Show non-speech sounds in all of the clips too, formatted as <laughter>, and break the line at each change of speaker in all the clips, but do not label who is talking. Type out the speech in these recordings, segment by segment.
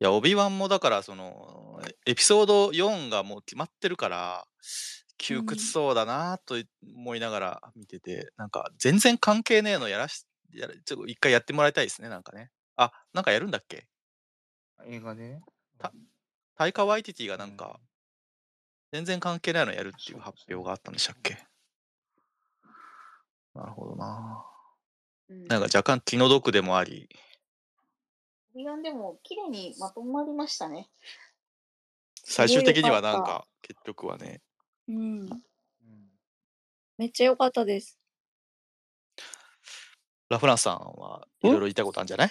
や、オビワンもだからその、エピソード4がもう決まってるから、
う
窮屈
ん。
そうだなとい思いながら見てて、なんか全然関係ねえのやらしやらちょっと1回やってもらいたいですね、なんかね。あ、なんかやるんだっけ？
映画で？う
た
ん。
タイカ・ワイティティが
う
なんか
ん。
全然関係ないのやるってい
そううで
発
すね。
表があったんでしたっ
うん。
け？なるほどな。
う
なんか
ん。
若干気の毒でもあり。
オビワンでも綺麗にまとまりましたね。す
最
ご
終
い良
的に
か
は
っ
なん
た。
か、結局はね。
うん。
うん。
めっちゃ良かったです。
ラ・フランスさんは
う
色
ん？
々言いたいことあんじゃない？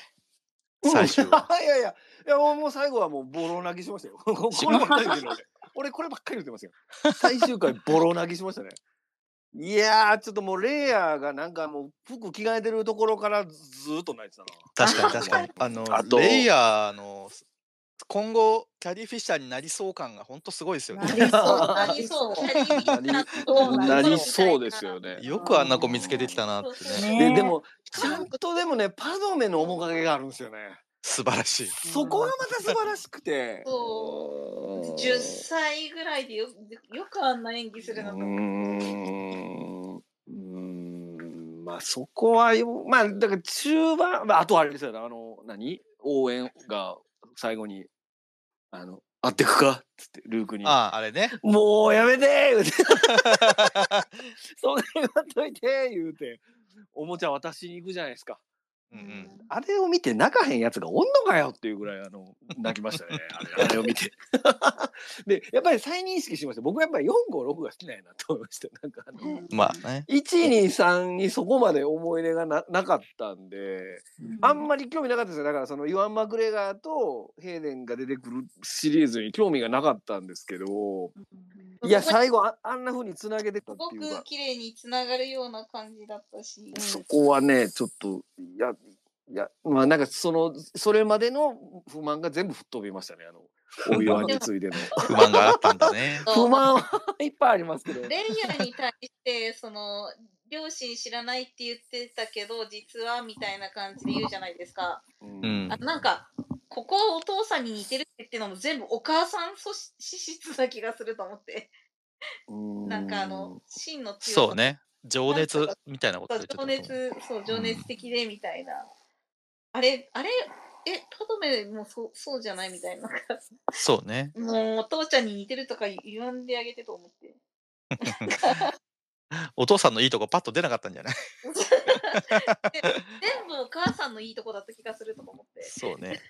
うん。
最
い
終話。
<laughs> やいや、いや、もうもう最後はもうボロ泣きしましたよ。 <laughs> こ
し
これ
ま
ばっかり言ってる俺。俺こればっかり言ってますよ。最終回ボロ泣きしましたね。いや、ちょっともうレイヤーがなんかもう服着替えてるところからずずっと泣いてたな。
確かに確かに。あの、
あ
レイ
と
ヤーの、今後キャリー・フィッシャーになりそう感がほんとすごいですよ
な
ね。
りそうな
なり
り
そう。
そ
キャリー・フィッシ
な
ャー
り
となり
な
そうみ
り
た
そう
い
です
な。
よね。
<laughs> よ
う。
くあんな
う
子見つけてきた
ん。
なっ
そう
て
そう
ね。
で、で
ね。
も、ちゃんとでもね、パドメの面影があるんですよね。
素晴らしい。
う
そこが
ん。
また素晴らしくて。
そう。10歳ぐらいでよよくあんな演技するな
う
と思って。
ん。うーん。うーん。まあ、そこはよ、まあ、だから中盤、まあ、あとあれですよね、あの、何応援が最後に、あの、会ってくかっつって、ルークに。
ああ、あれね。
もうやめて <laughs> 言うて、そんな言わんといて言うて、おもちゃ渡しに行くじゃないです
う
か。
ん
う。
うんん。
あれを見て泣かへんやつがおんのかよっていうぐらいあの泣きましたねあれあれを見て <laughs> でやっぱり再認識しました僕はやっぱり456が好きなんやなと思いましたなんかあの
うん
まあね。
123にそこまで思い入れがななかったんで
う
あん
ん。
まり興味なかったですよだからそのイワン・マクレガーとヘイデンが出てくるシリーズに興味がなかったんですけど
うん。
そ
いや
こが
最後ああんな風につなげてた
す
っ
ご
ていう
く
か
綺麗につながるような感じだったし。
う
そ
ん。
こはね、ちょっと、いや、いや、まあなんかその、それまでの不満が全部吹っ飛びましたね、あの、お湯わん
で
に
も、
つ
<laughs>
いての。
不満があったんだね。
不
そう
満はいっぱいありますけど。
レイヤーに対して、その、両親知らないって言ってたけど、実はみたいな感じで言うじゃないですか。
う。
うん
あ
ん。
となんか、ここはお父さんに似てるって言ってるのも全部お母さん素資質な気がすると思って。
う
なんかあの、
ん。
芯の強
そう
さと
ね。情
なんと
熱
か、
みたいなこと
そう
言ってた
情
と思う。
熱、そう、
う
情熱
ん。
的でみたいな。あれ、あれ、え、パドメもそう、そうじゃないみたいな。
そうね。
もう、お父ちゃんに似てるとか言わんであげてと思って。
お父さんのいいとこパッと出なかったんじゃない
で全部お母さんのいいとこだった気がするとか思って。
そうね。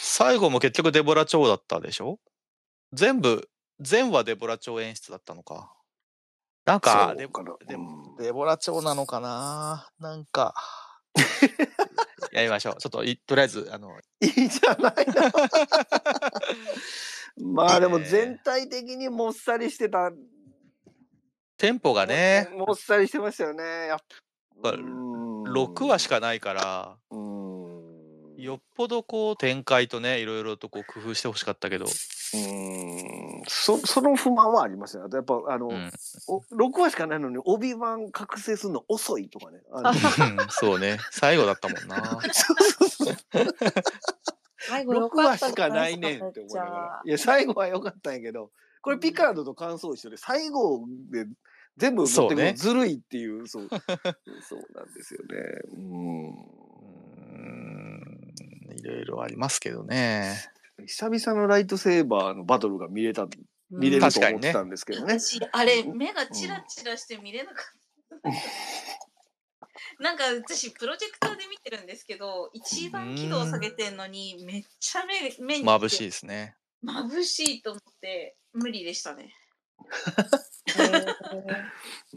最後も結局デボラ・チョウだったでしょ全部、全話デボラ・チョウ演出だったのか。なんか、
そ
で
うかな。
で
う
も、
ん。
デボラ長なのかななんか、 <laughs> やりましょう。ちょっとい、とりあえず、あの、
いいじ
<laughs>
ゃないの。まあでも全
えー
体的にもっさりしてた、
テンポが
も
ね、
もっさりしてましたよね。や
や
っ
っぱ6話しかないから、
うん。うん。
よっぽどこう展開とね、いろいろとこう工夫してほしかったけど、
うーんそその不満はありますね。あとやっぱあ
う
の
ん。
お6話しかないのに帯番覚醒するの遅いとかね。あの
そうね、最後だったもんな。
そうそうそう
最後良
6
かっ
話
た
し
じ
か
ゃないです
ない
か、め
ねんっ
って
思
ち
いながら。
ゃ。
いや最後は良かったんやけど
う
これピ
ん、
カードと感想一緒で最後で全部持っ
そう
てくの
ね。
ずるいっていう
<laughs>
そうそうなんですよね。うーん
うーん、いろいろありますけどね。
久々のライトセーバーのバトルが見れた
う
見れる
ん。
確
と
かに
思って
ね。
たんですけどね。
私、あれ、目が
う
チラ
ん
チラして見れなかった。なんか私、プロジェクターで見てるんですけど、
う
一番輝度を
ー
下
ん、
げてんのに、めっちゃ目目に
眩
来
しい
て、
ですね。
眩しいと思って、無理でしたね。
へえ。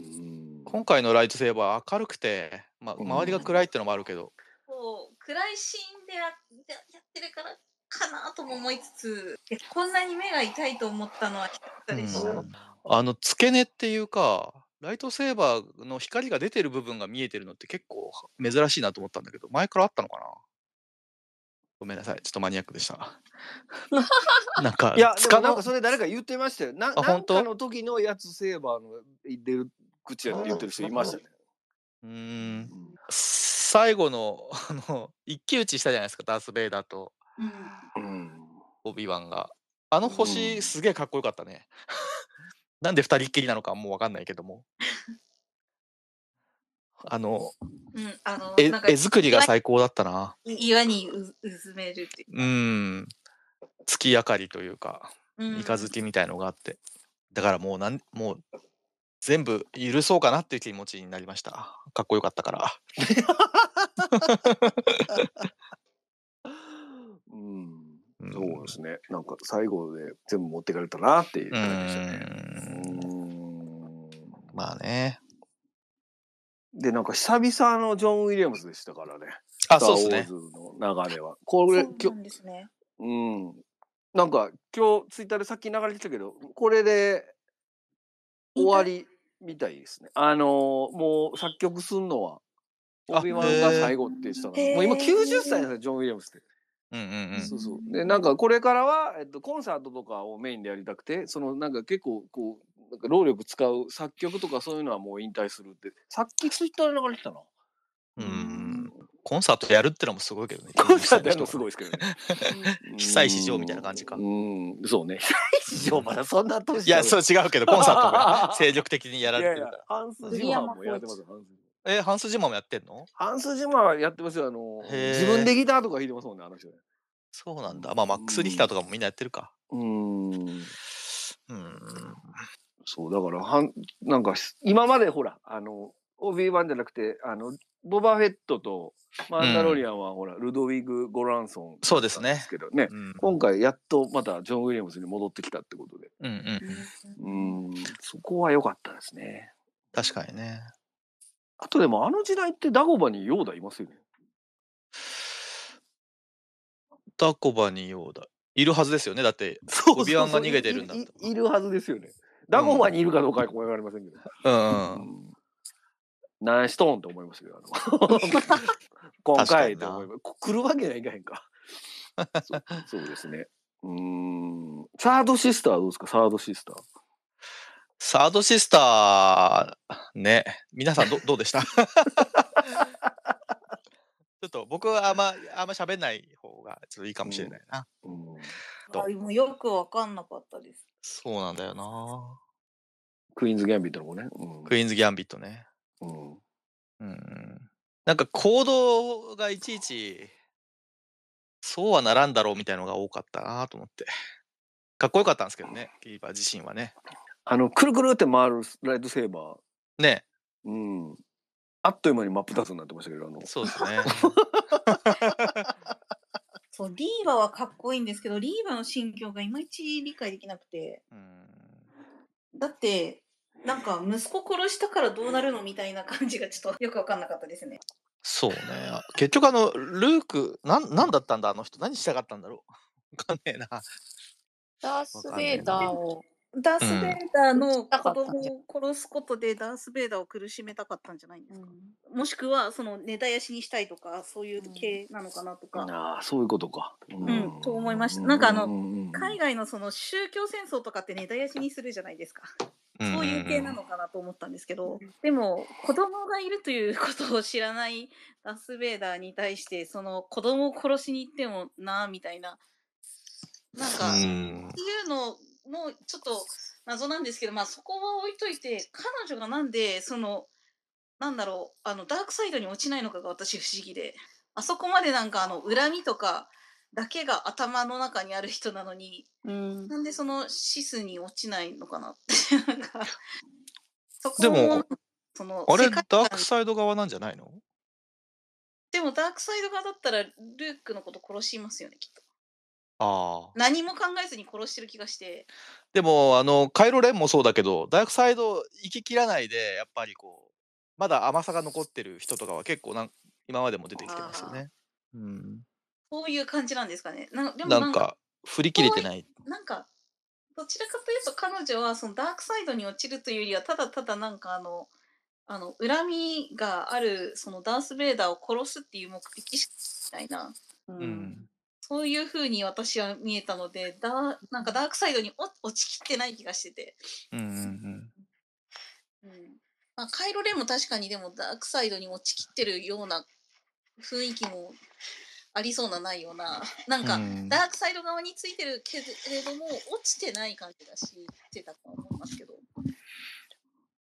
うーん
今回のライトセーバーは明るくて、ま、
う
周りが
ん
暗いってのもあるけど、
そう、暗いシーンでやややってるからかなとも思いつつ、いやこんなに目が痛いと思ったのは低かっ
う
たです。
ん。あの付け根っていうかライトセーバーの光が出てる部分が見えてるのって結構は珍しいなと思ったんだけど前からあったのかなごめんなさいちょっとマニアックでしたなん
い
か
や、で
つ
も
か
なんか
の
それ誰か言ってましたよ。な
あ
な
本
んか
当
の時のやつセーバーの出る口やって言ってる人いましたね。
うーん
うん
<laughs> 最後のあの一騎打ちしたじゃないですかダース・ベイダーと
うん
うん
オビワンが。あの星、
うん
すげえかっこよかったね。 <laughs> なんで二人っきりなのかもうわかんないけども。あの、
うん、あの、
絵
なんか
絵作りが最高だったな。
岩にううずめるっていうう。
ん。月明かりというか、
うん
三日月みたいのがあって。だからもうなん、もう、全部許そうかなっていう気持ちになりました。かっこよかったから。
うん
うん
そうですね。なんか最後で全部持ってかれたなっていう
う
感じでしたね。
ん。
うん
まあね。
で、なんか久々のジョン・ウィリアムズでしたからね。
あ、そうですね
スタ。ー・ウォーズの流れは。これ、
そ
今
うなんですね。
日、うん。なんか今日ツイッターでさっき流れてたけど、これで終わりみたいですね。あのーもう作曲すんのは、
あ
オビワンが最後って言ってたから、
へー
もう今90歳ですね、ジョン・ウィリアムズって。
うんうんうん。
そうそう。で、なんかこれからは、えっと、コンサートとかをメインでやりたくて、そのなんか結構、こう、なんか労力使う作曲とかそういうのはもう引退するって、さっきツイッターで流れてたな。
うんコンサートやるってのもすごいけどね。
コンサートやるの
90
すごいですけど
<laughs>
ね。
歳の人が被災市場みたいな感じか。い
うん、そうね。被災市場まだそんな年
や、そうう違うけど、コンサート
<laughs>
が精力的にやら
い
れ
や
て
い
る
や
か、
ハンス・ジマーもやってますよ、ハンス。
ら。え、ハンス・ジマーもやってんの
ハンス・ジマーやってますよ、あの、
へー
自分でギターとか弾いてますもんね、あの人ね。
そうなんだ。まあ、マックス・リヒターとかもみんなやってるか。
う
う
ん。
ん。
そう、だから、はん、なんかし、今までほら、あの、オビーワンじゃなくて、あの、ボバフェットとマンダロリアンは、ほら、ルドウィグ・ゴランソン。
そうですね
ですけどね。
うん。
今回、やっとまた、ジョン・ウィリアムズに戻ってきたってことで。
うんうん。
うーん、そこは良かったですね。
確かにね。
あとでも、あの時代ってダゴバにヨーダいますよね。
ダコバにようだ。いるはずですよね。だって。
そ
オビワンが逃げてるんだ
いいいるはずですよね。ダゴバにいるかどうかはわかりませんけど。
うんうん。
ん。何しとんと思いますけど、あ <laughs> の今回と思います。来るわけにはいかへんか。 <laughs> そうそうですね。うーん。サードシスターどうですか、サードシスター。
サードシスター、ね。皆さんど、 <laughs> どうでしたちょっと僕はあんま、あんま喋んない方がちょっといいかもしれないな。
うん
と
あでもよくわかんなかったです。
そうなんだよな。
クイーンズ・ギャンビットのもね。うん
クイーンズ・ギャンビットね。
うん
うん。なんか行動がいちいち、そうはならんだろうみたいのが多かったなと思って。かっこよかったんですけどね、キーパー自身はね。
あの、くるくるって回るライトセーバー。
ね、
うん。あっという間に真っ二つになってましたけど、あの。
そう <laughs> ですね。
そう、リーバはかっこいいんですけど、リーバの心境がいまいち理解できなくて。
うん
だって、なんか息子殺したからどうなるのみたいな感じがちょっとよくわかんなかったですね。
そうね。あ結局あの、ルーク、なん、なんだったんだあの人。何したかったんだろう。わかんねえ <laughs> な。
ダース・ベイダーを。
ダース・
うん
ベイダーの
なか
子
ったんじゃ
供を殺すことでダース・ベイダーを苦しめたかったんじゃないんで
う
すか、
ん
もしくはその根絶やしにしたいとかそういう
うん
系なのかなとか、
ああ、そういうことか。うん
と思いましたなんかあの
の
海外のその宗教戦争とかって根絶やしにするじゃないですか、そういう系なのかなと思ったんですけど、
うん
でも子供がいるということを知らないダース・ベイダーに対してその子供を殺しに行ってもなあみたいななんか、
うん。
っていうののちょっと謎なんですけど、まあ、そこは置いといて彼女がなんでそのなんだろうあのダークサイドに落ちないのかが私不思議であそこまでなんかあの恨みとかだけが頭の中にある人なのに
うん。
なんでそのシスに落ちないのかなって <laughs> なんかそこ
でも
その
あれ、
世
ダ
界
ークサイド側なんじゃないの
でもダークサイド側だったらルークのこと殺しますよねきっと
ああ。
何も考えずに殺してる気がして
でもあのカイロ・レンもそうだけどダークサイド行ききらないでやっぱりこうまだ甘さが残ってる人とかは結構なん今までも出てきてますよね。うん、
こういう感じなんですかねなでも
なんか振り切れてない。
なんか、どちらかというと彼女はそのダークサイドに落ちるというよりは、ただただなんかあの、あの、恨みがある、そのダース・ベイダーを殺すっていう目的しかないな。
う
うんん、
そういう風に私は見えたので、ダーなんかダークサイドに落落ちきってない気がしてて。
うんうんうん
うんまあ、カイロ・レンも確かにでもダークサイドに落ちきってるような雰囲気もありそうなないようななんか、
うん
ダークサイド側についてるけれども落ちてない感じだし出たとは思いますけど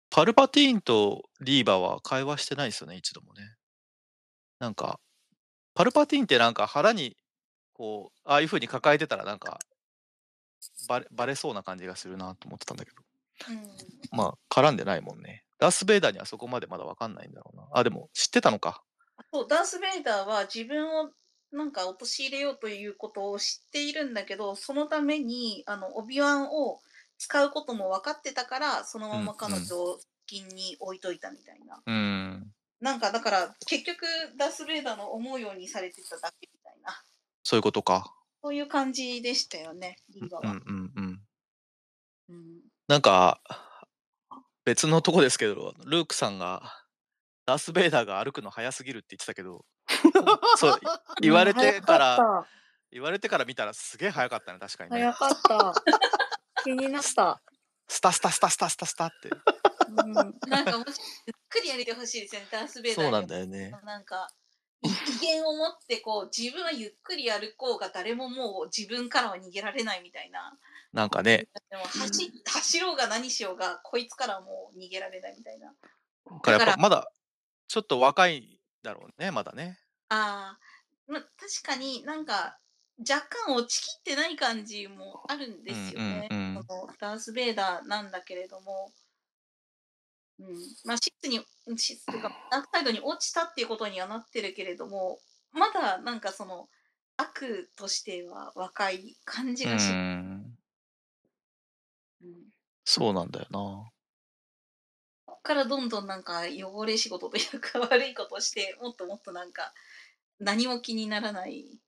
パルパティーンとリーバは会話してないですよね、一度もね。なんか、パルパティーンってなんか腹に、こう、ああいう風に抱えてたらなんか、バレバレそうな感じがするなと思ってたんだけど。
うん
まあ、絡んでないもんね。ダース・ベイダーにはそこまでまだわかんないんだろうな。あ、でも知ってたのか。
そうダース・ベイダーは自分をなんか陥れようということを知っているんだけどそのためにあのオビワンを使うことも分かってたからそのまま彼女を近に置いといたみたいな、
うーん。
なんかだから結局ダース・ベイダーの思うようにされてただけみたいな
そういうことか。
そういう感じでしたよねリーバ
うんう
は。
んうん。
うん
なんか、別のとこですけど、ルークさんが、ダース・ベイダーが歩くの早すぎるって言ってたけど、そう、言われてから、言われてから見たらすげえ早かったね確かにね
早かった。早かった。気になった。
スタスタスタスタスタスタって
うん
<laughs> なんかもうちょっとゆっくりやれてほしいですよね、ダース・ベイダー
そう
には
なんだよね
なんか、威厳を持ってこう、自分はゆっくり歩こうが、誰ももう自分からは逃げられないみたいな。
なんかね
でも走、走ろうが何しようが、こいつからはもう逃げられないみたいな。
だからや
だ
っ
か
ぱまだちょっと若いだろうねまだね
ああ、ま、確かになんか、若干落ちきってない感じもあるんですよね。
うんうんうん
そのダース・ベイダーなんだけれども、うん、まあ、シッツに、シッツというか、ダークサイドに落ちたっていうことにはなってるけれども、まだなんかその、悪としては若い感じ
う
がし、
ん
うん
そうなんだよな
ここからどんどんなんか汚れ仕事というか悪いことをして、もっともっとなんか、何も気にならない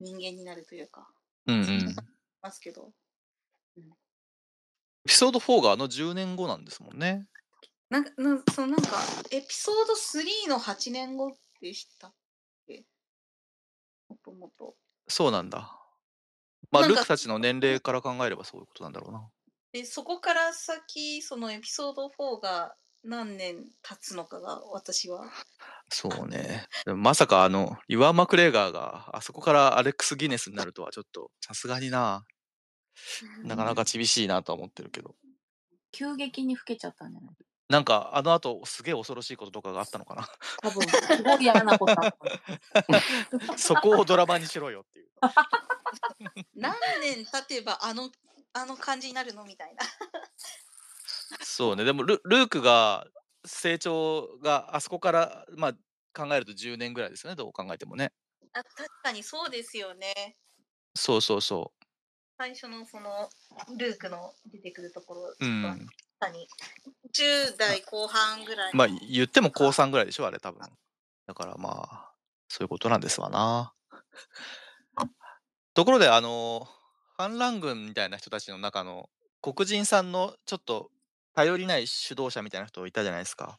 人間になるというか、
うんう
そんなん感じますけど、
エピソード4があの10年後なんですもんね
なんか、なんそのなんか、エピソード3の8年後でしたっけもともと。
そうなんだまあ
なん
ル
か
ークたちの年齢から考えればそういうことなんだろうな
で、そこから先、そのエピソード4が何年経つのかが、私は。
そうねでもまさかあのリワー・マクレーガーがあそこからアレックス・ギネスになるとはちょっとさすがにな <laughs> なかなか厳しいなとは思ってるけど
急激に老けちゃったんじゃない
なんかあのあとすげえ恐ろしいこととかがあったのかな
多分、すごい嫌なことあっ
<laughs>
た。
そこをドラマにしろよっていう
何年経てばあの、あの感じになるのみたいな。
そうねでもルルークが成長があそこからまあ考えると10年ぐらいですよねどう考えてもね
あ確かにそうですよね。
そうそうそ
最初のその、ルークの出てくるところ、
うう
ちょっと
ん
確かに、10代後半ぐらい。
まあ言っても高3ぐらいでしょあれ多分だからまあそういうことなんですわなところであの反乱軍みたいな人たちの中の黒人さんのちょっと頼りない主導者みたいな人いたじゃないですか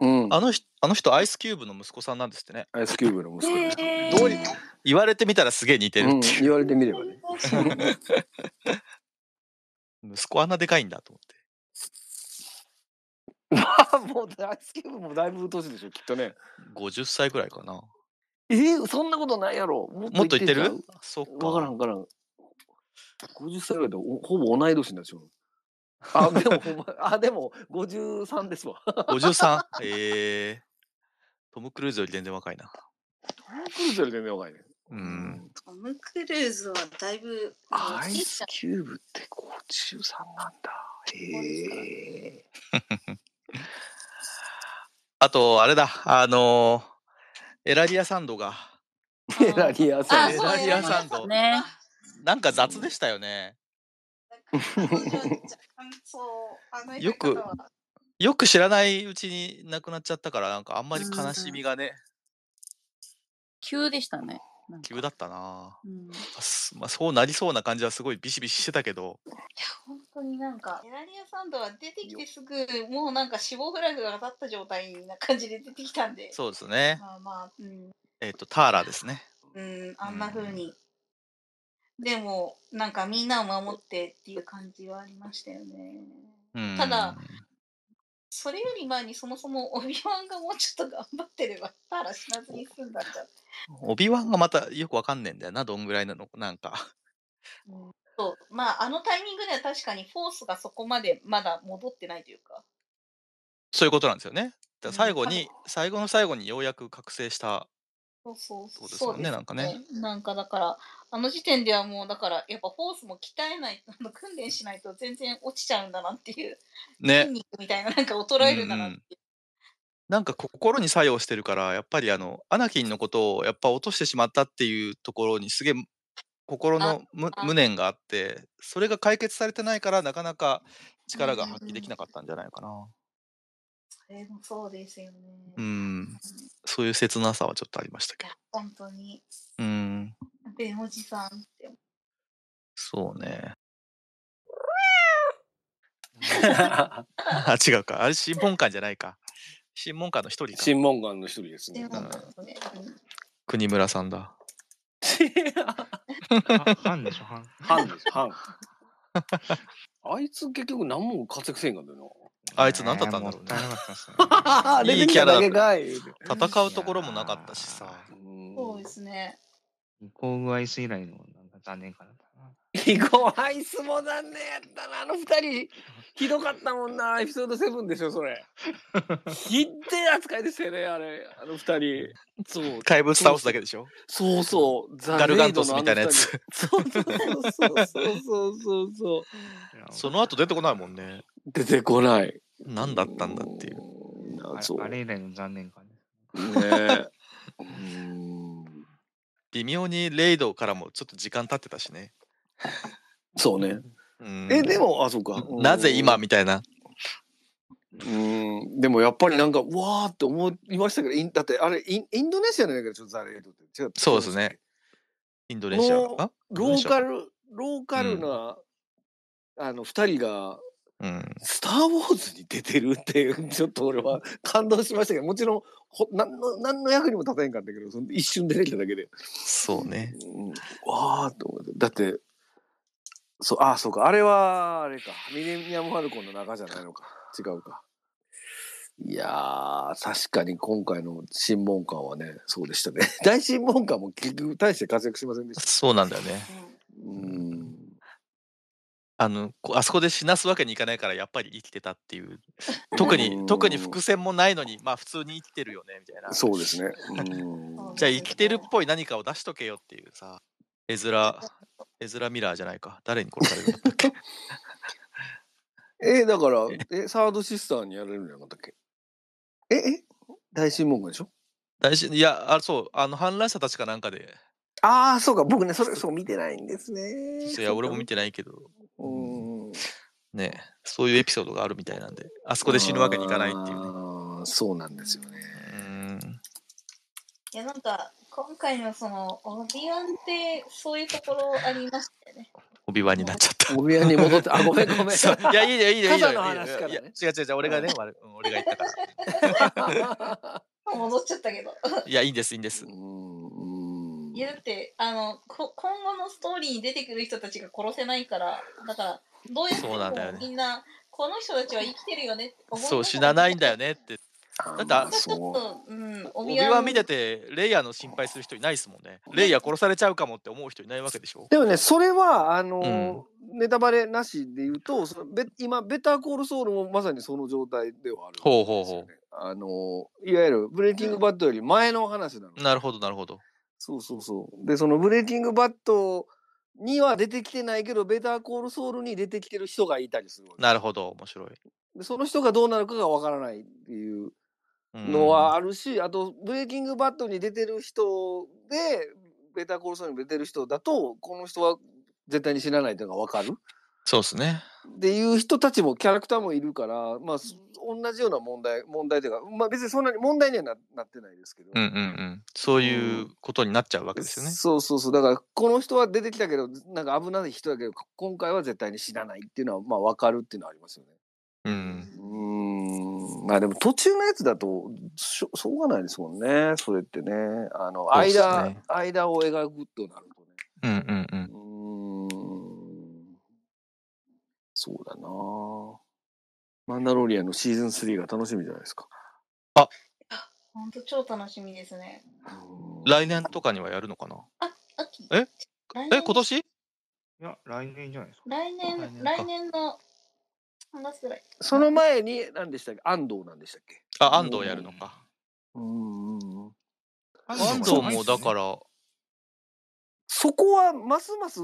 うん。
あの人、あの人アイスキューブの息子さんなんですってね。
アイスキューブの息子です。
へ
どうに言われてみたらすげえ似てる
うん
ってい
言
う。
われてみればね。
息子あんなでかいんだと思って。
<laughs> もうアイスキューブもだいぶ年でしょ、きっとね。
50歳ぐらいかな。
えー、そんなことないやろ。
も
も
っと言って
んちゃ
る
う
そっか。
わからんわからん。50歳ぐらいでおほぼ同い年なんでしょ。 <laughs> あ、でも、ほんまあ、でも、53ですわ。
53。ええトム・クルーズより全然若いな。
クルーズより全然若いね。
うん。
トム・クルーズはだいぶ、
アイ
い
スキューブって53なんだ。へえ。
あと、あれだ。あのーエラリア・サンドが、
エラリアさ
あ
ん
エ
ね。
そう
ラリアさん
エラリアさ
と
ん、
ね。
なんか雑でしたよね。
そう
よくよく知らないうちに亡くなっちゃったから、なんかあんまり悲しみがね、
急でしたね。なんか
急だったな。
うん
まあすまあ、そうなりそうな感じはすごいビシビシしてたけど、
本当になんかエラリアサンドは出てきてすぐもうなんか死亡フラグが立った状態な感じで出てきたんで
そうですね。
まあまあうん、
えっ、と、ターラですね。
うん、あんな風にでもなんかみんなを守ってっていう感じはありましたよね
うん
ただ、それより前にそもそもオビワンがもうちょっと頑張ってればたら死なずに済んだんじゃん
オビワンがまたよくわかんねえんだよな、どんぐらいなのなんか。
そうまああのタイミングでは確かにフォースがそこまでまだ戻ってないというか
そういうことなんですよね。だから最後
う
に、最後の最後にようやく覚醒した。
そうそうそ
そう
う
ですよねなんかね
なんかだからあの時点ではもうだからやっぱフォースも鍛えない <laughs> あの訓練しないと全然落ちちゃうんだなっていう筋
ね。
肉みたいななんか衰えるんだなっていう、
なんか心に作用してるから、やっぱりあの、アナキンのことをやっぱ落としてしまったっていうところにすげえ心のむ
あ
無念があって、それが解決されてないから、なかなか力が
うんうんうん
発揮できなかったんじゃないかな。
それもそうですよね、
うん。そういう切なさはちょっとありました
い
け
や本当に
ど。うん。
弁おじさんって
そうね。 <laughs>
う
あ、違うか。あれ、審問官じゃないか。審問官の一人か。
<laughs> 審問官の一人です
で
ね
も。
うん
ね、
国村さんだ。
は半でしょ、半。
班です <laughs> 班。あいつ結局何も活躍せんかんだよ
あいつ何だったんだろうね
ねえもったいなかったっすね
な。
いいキャラだった
かい。
戦うところもなかったし
いや
さ。
うん
そうですね
ー。コーグアイス以来のなんか残念かな。
イゴアイスも残念やったなあの二人 <laughs> ひどかったもんなエピソード7でしょそれひってえ扱いですよねあれあの二人そう
怪物倒すだけでしょ。
そうそうザ
ガルガントスみたいなやつ。
レイドのあの二人そうそうそうそうそうそう
<laughs> その後出てこないもんね。
出てこない
何だったんだっていう。
う
あ
そう
あれ以来の残念かね。
ねえうん
微妙にレイドからもちょっと時間経ってたしね。
そうね
うん
えで。もあそうか
なぜ今みたいな。
うんでもやっぱりなんかうわーって思いましたけどインだってあれインインドネシアの映画でしょザレードって違う
そうですねインドネシアのか
ローカ
ル。
ルローカルな、あの二人が
うん
「スター・ウォーズ」に出てるっていうちょっと俺は感動しましたけどもちろんほ何の何の役にも立たへんかったけどその一瞬出てきただけで、
そうね。
うん、わーっと思ってだってそうあそうかあれはあれかミレニアム・ファルコンの中じゃないのか違うかいやー確かに今回の審問官はねそうでしたね <laughs> 大審問官も結局大して活躍しませんでした
そうなんだよね。
うん
あの、こあそこで死なすわけにいかないから、やっぱり生きてたっていう。特
うん <laughs>
に、特に伏線もないのに、まあ普通に生きてるよね、みたいな。
そうですね。うん
そう
じゃあ生きてるっぽい何かを出しとけよっていうさ、エズラ、エズラミラーじゃないか。誰に殺されるんだったっけ <laughs>
え、だから、え、サードシスターにやられるんじゃなかったっけえ、え大神文句でしょ
大事いや、あそう、あの、反乱者たちかなんかで、
ああ、そうか、僕ね、それ、そう見てないんですね。
いや、俺も見てないけど、
うん。
ね、そういうエピソードがあるみたいなんで、あそこで死ぬわけにいかないっていうね。
あーそうなんですよね。
うん
いやなんか今回のそのオビワンってそういうところありましたよね。
帯輪になっちゃった。
お部屋に戻って、あ、ごめん、ごめん。
<laughs> そういや、いいよ、いいよ、いいよ。
傘の
いいよ
話からね
いや違う違う違う、俺がね、悪いうん俺が言ったから。
戻っちゃったけど。
いや、いいんです、いいんです
う。んうん
いやだってあのこ今後のストーリーに出てくる人たちが殺せないからだからどうやって
そうなんだよね
もみんなこの人たちは生きてるよねって思いながら
そう、死なないんだよねって。だ
あ
って
まあ
ちょっ
そ
とうんオ
帯
ビワン
輪見てて、レイヤーの心配する人いないですもんね。レイヤー殺されちゃうかもって思う人いないわけでしょ
う。でもね、それは、あの、ネタバレなしで言うと、そのべ今、ベターコールソウルもまさにその状態ではあるんですよね、
ほうほうほ
あの、いわゆる、ブレイキングバッドより前の話なの。
う。なるほど、なるほど。
そうそうそう。で、そのブレイキングバットには出てきてないけど、ベターコールソウルに出てきてる人がいたりするわけ
なるほど、面白い。
でその人がどうなるかがわからないっていう
うん
のはあるし、あと、ブレイキングバットに出てる人で、ベターコールソウルに出てる人だと、この人は絶対に死なないというのがわかる
そうですね。
っていう人たちもキャラクターもいるから、まあ、そ同じような問題、問題というか、まあ別にそんなに問題にはななってないですけど。
うんうんうん。そういうことになっちゃうわけですよね。
そうそうそうだからこの人は出てきたけどなんか危ない人だけど今回は絶対に死なないっていうのはまあ分かるっていうのはありますよね。
うん。
うーんまあでも途中のやつだとしょしょうがないですもんねそれってねあの
そうっすね
間、間を描くとなるとね。
うんうんうん。
うーんそうだなマンダロリアンのシーズン3が楽しみじゃないですか。
本当超楽しみですね。
来年とかにはやるのかな
秋
え
来
え、
年
今年
いや、来年じゃないですか。
来
来
年、
年か
来年の3月ぐらい。
その前に何でしたっけ安藤なんでしたっけ
あ、安藤やるのか。
うんうんうん
安藤もだから、
そこはますます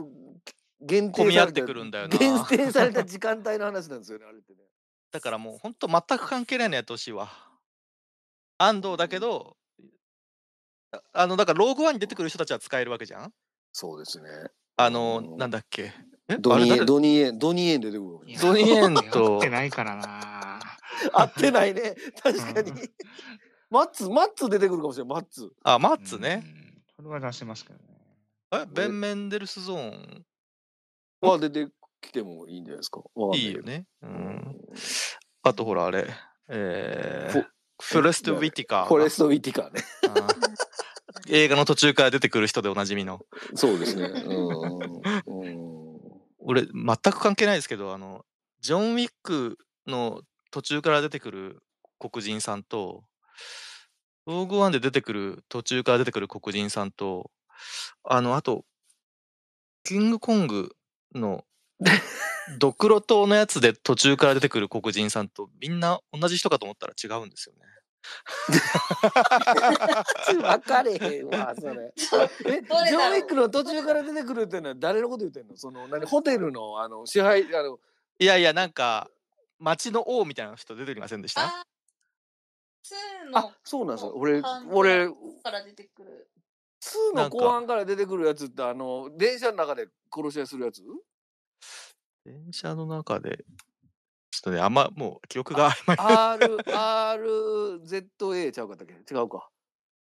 限定された
混み合ってくるんだよな <laughs>
限定された時間帯の話なんですよね、あれってね。
だからもう本当全く関係ないのやってほしいわ。安藤だけど、ああの、だからローグワンに出てくる人たちは使えるわけじゃん
そうですね。
あの
う、ん
なんだっけ。え
ドニ
あれ誰
ーエン、ドニーエン、ドニーエン出てくるかもしれない。
ドニーエン
いや
と
食ってないからな。
合ってないね。確かに
うん。
マッツ、マッツ出てくるかもしれない、マッツ。
あ、マッツね。
うん。それは出せま
<laughs>
すけどね。
え、ベン・メンデルスゾーン
は出てきてもいいんじゃないですか。わかんない
い
け
い
ど
よ。ね。う。
うんん。
あとほら、あれ。えー
フォ
フォレスト・ウィティカーが。
フォレストウィティカーね。
あー <laughs> 映画の途中から出てくる人でおなじみの。
そうですね。 <laughs> うんうん。
俺、全く関係ないですけど、あの、ジョン・ウィックの途中から出てくる黒人さんと、ローグワンで出てくる、途中から出てくる黒人さんと、あの、あと、キングコングのドクロ島のやつで途中から出てくる黒人さんと、みんな同じ人かと思ったら違うんですよね。
分かれへんわ、そ <laughs> れ。え、
ろう
ジョンウィックの途中から出てくるっていうのは誰のこと言ってんのその、何、ホテルの、あの、支配、あの、
いやいや、なんか、町の王みたいな人出てきませんでした
あ2の
あ、そうなんですよ。俺
あ、の
俺、
から出てくる。
2の後半から出てくるやつって、あの、電車の中で殺し合いするやつ
電車の中で、ちょっとね、あんまもう記憶が曖昧。
R、RZA ちゃうかったっけ違うか。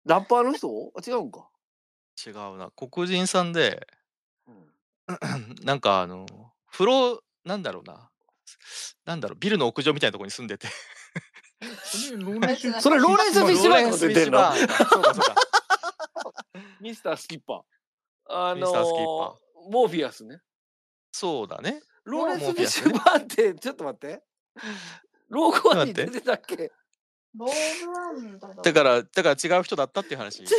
ラッパーの人あ違うんか。
<laughs> 違うな。黒人さんで、 <clears throat>
うん
なんかあの、風呂、なんだろうな。なんだろう、ビルの屋上みたいなところに住んでて。
それ、ロ
<laughs>
ーレンス
それローレンス・フィッシュバーンのこと言ってんの
ローレンスフィッシュバーンかそうかそうか。
ミスタースキッパ <laughs> ー。あ
ミスタースキッパ
のー、モーフィアスね。
そうだね。
ローレンス・
モ
フ
ーフ
ィ
ィ
ッ
アス
シ
ね
ュバーンって、ちょっと待って。ローコアに出てたっけ違う
ローグワンだろ
だから、だから違う人だったっていう話。
人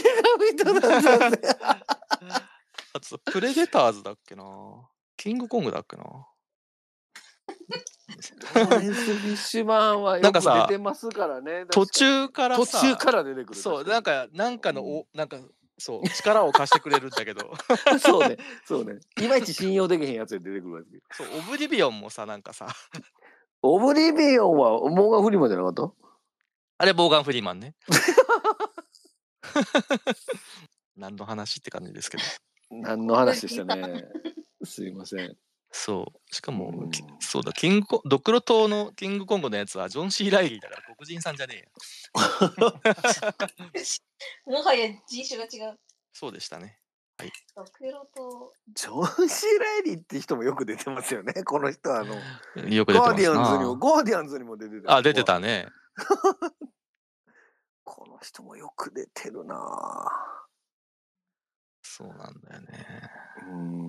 だったんだよ。
あと、プレデターズだっけな。キングコングだっけな。
ローレンス・フィッシュバーンは
な
よ
んか
く
さ
出てますからね。
途
確かに
中から
途
さ
中から出てくる。
そう、な
確
んか、なんかのお、
う
なんか、そう、力を貸してくれるんだけど、 <laughs>
かにそうね。 <laughs> そうね。いまいち信用できへんやつで出てくるわけ。
そう、オブリビオンもさ、なんかさ、
オブリビオンはモーガン・フリマじゃなかった
あれ、ボーガン・フリーマンね。何の話って感じですけど。
何の話でしたね。すいません。
そう。しかも、
うん
きそうだ、キングコ、ドクロ島のキングコングのやつは、ジョン・シー・ライリーだから黒人さんじゃねえよ。
もはや人種が違う。
そうでしたね。
ドクロと
ジョン・シー・ライリーって人もよく出てますよね。この人はあの、
よく出て
ガ
ま
ーディ
す
アンズにも、
な。
ガーディアンズにも出てた。
あ、出てた。ね。
この人もよく出てるなぁ
そうなんだよね。
うーん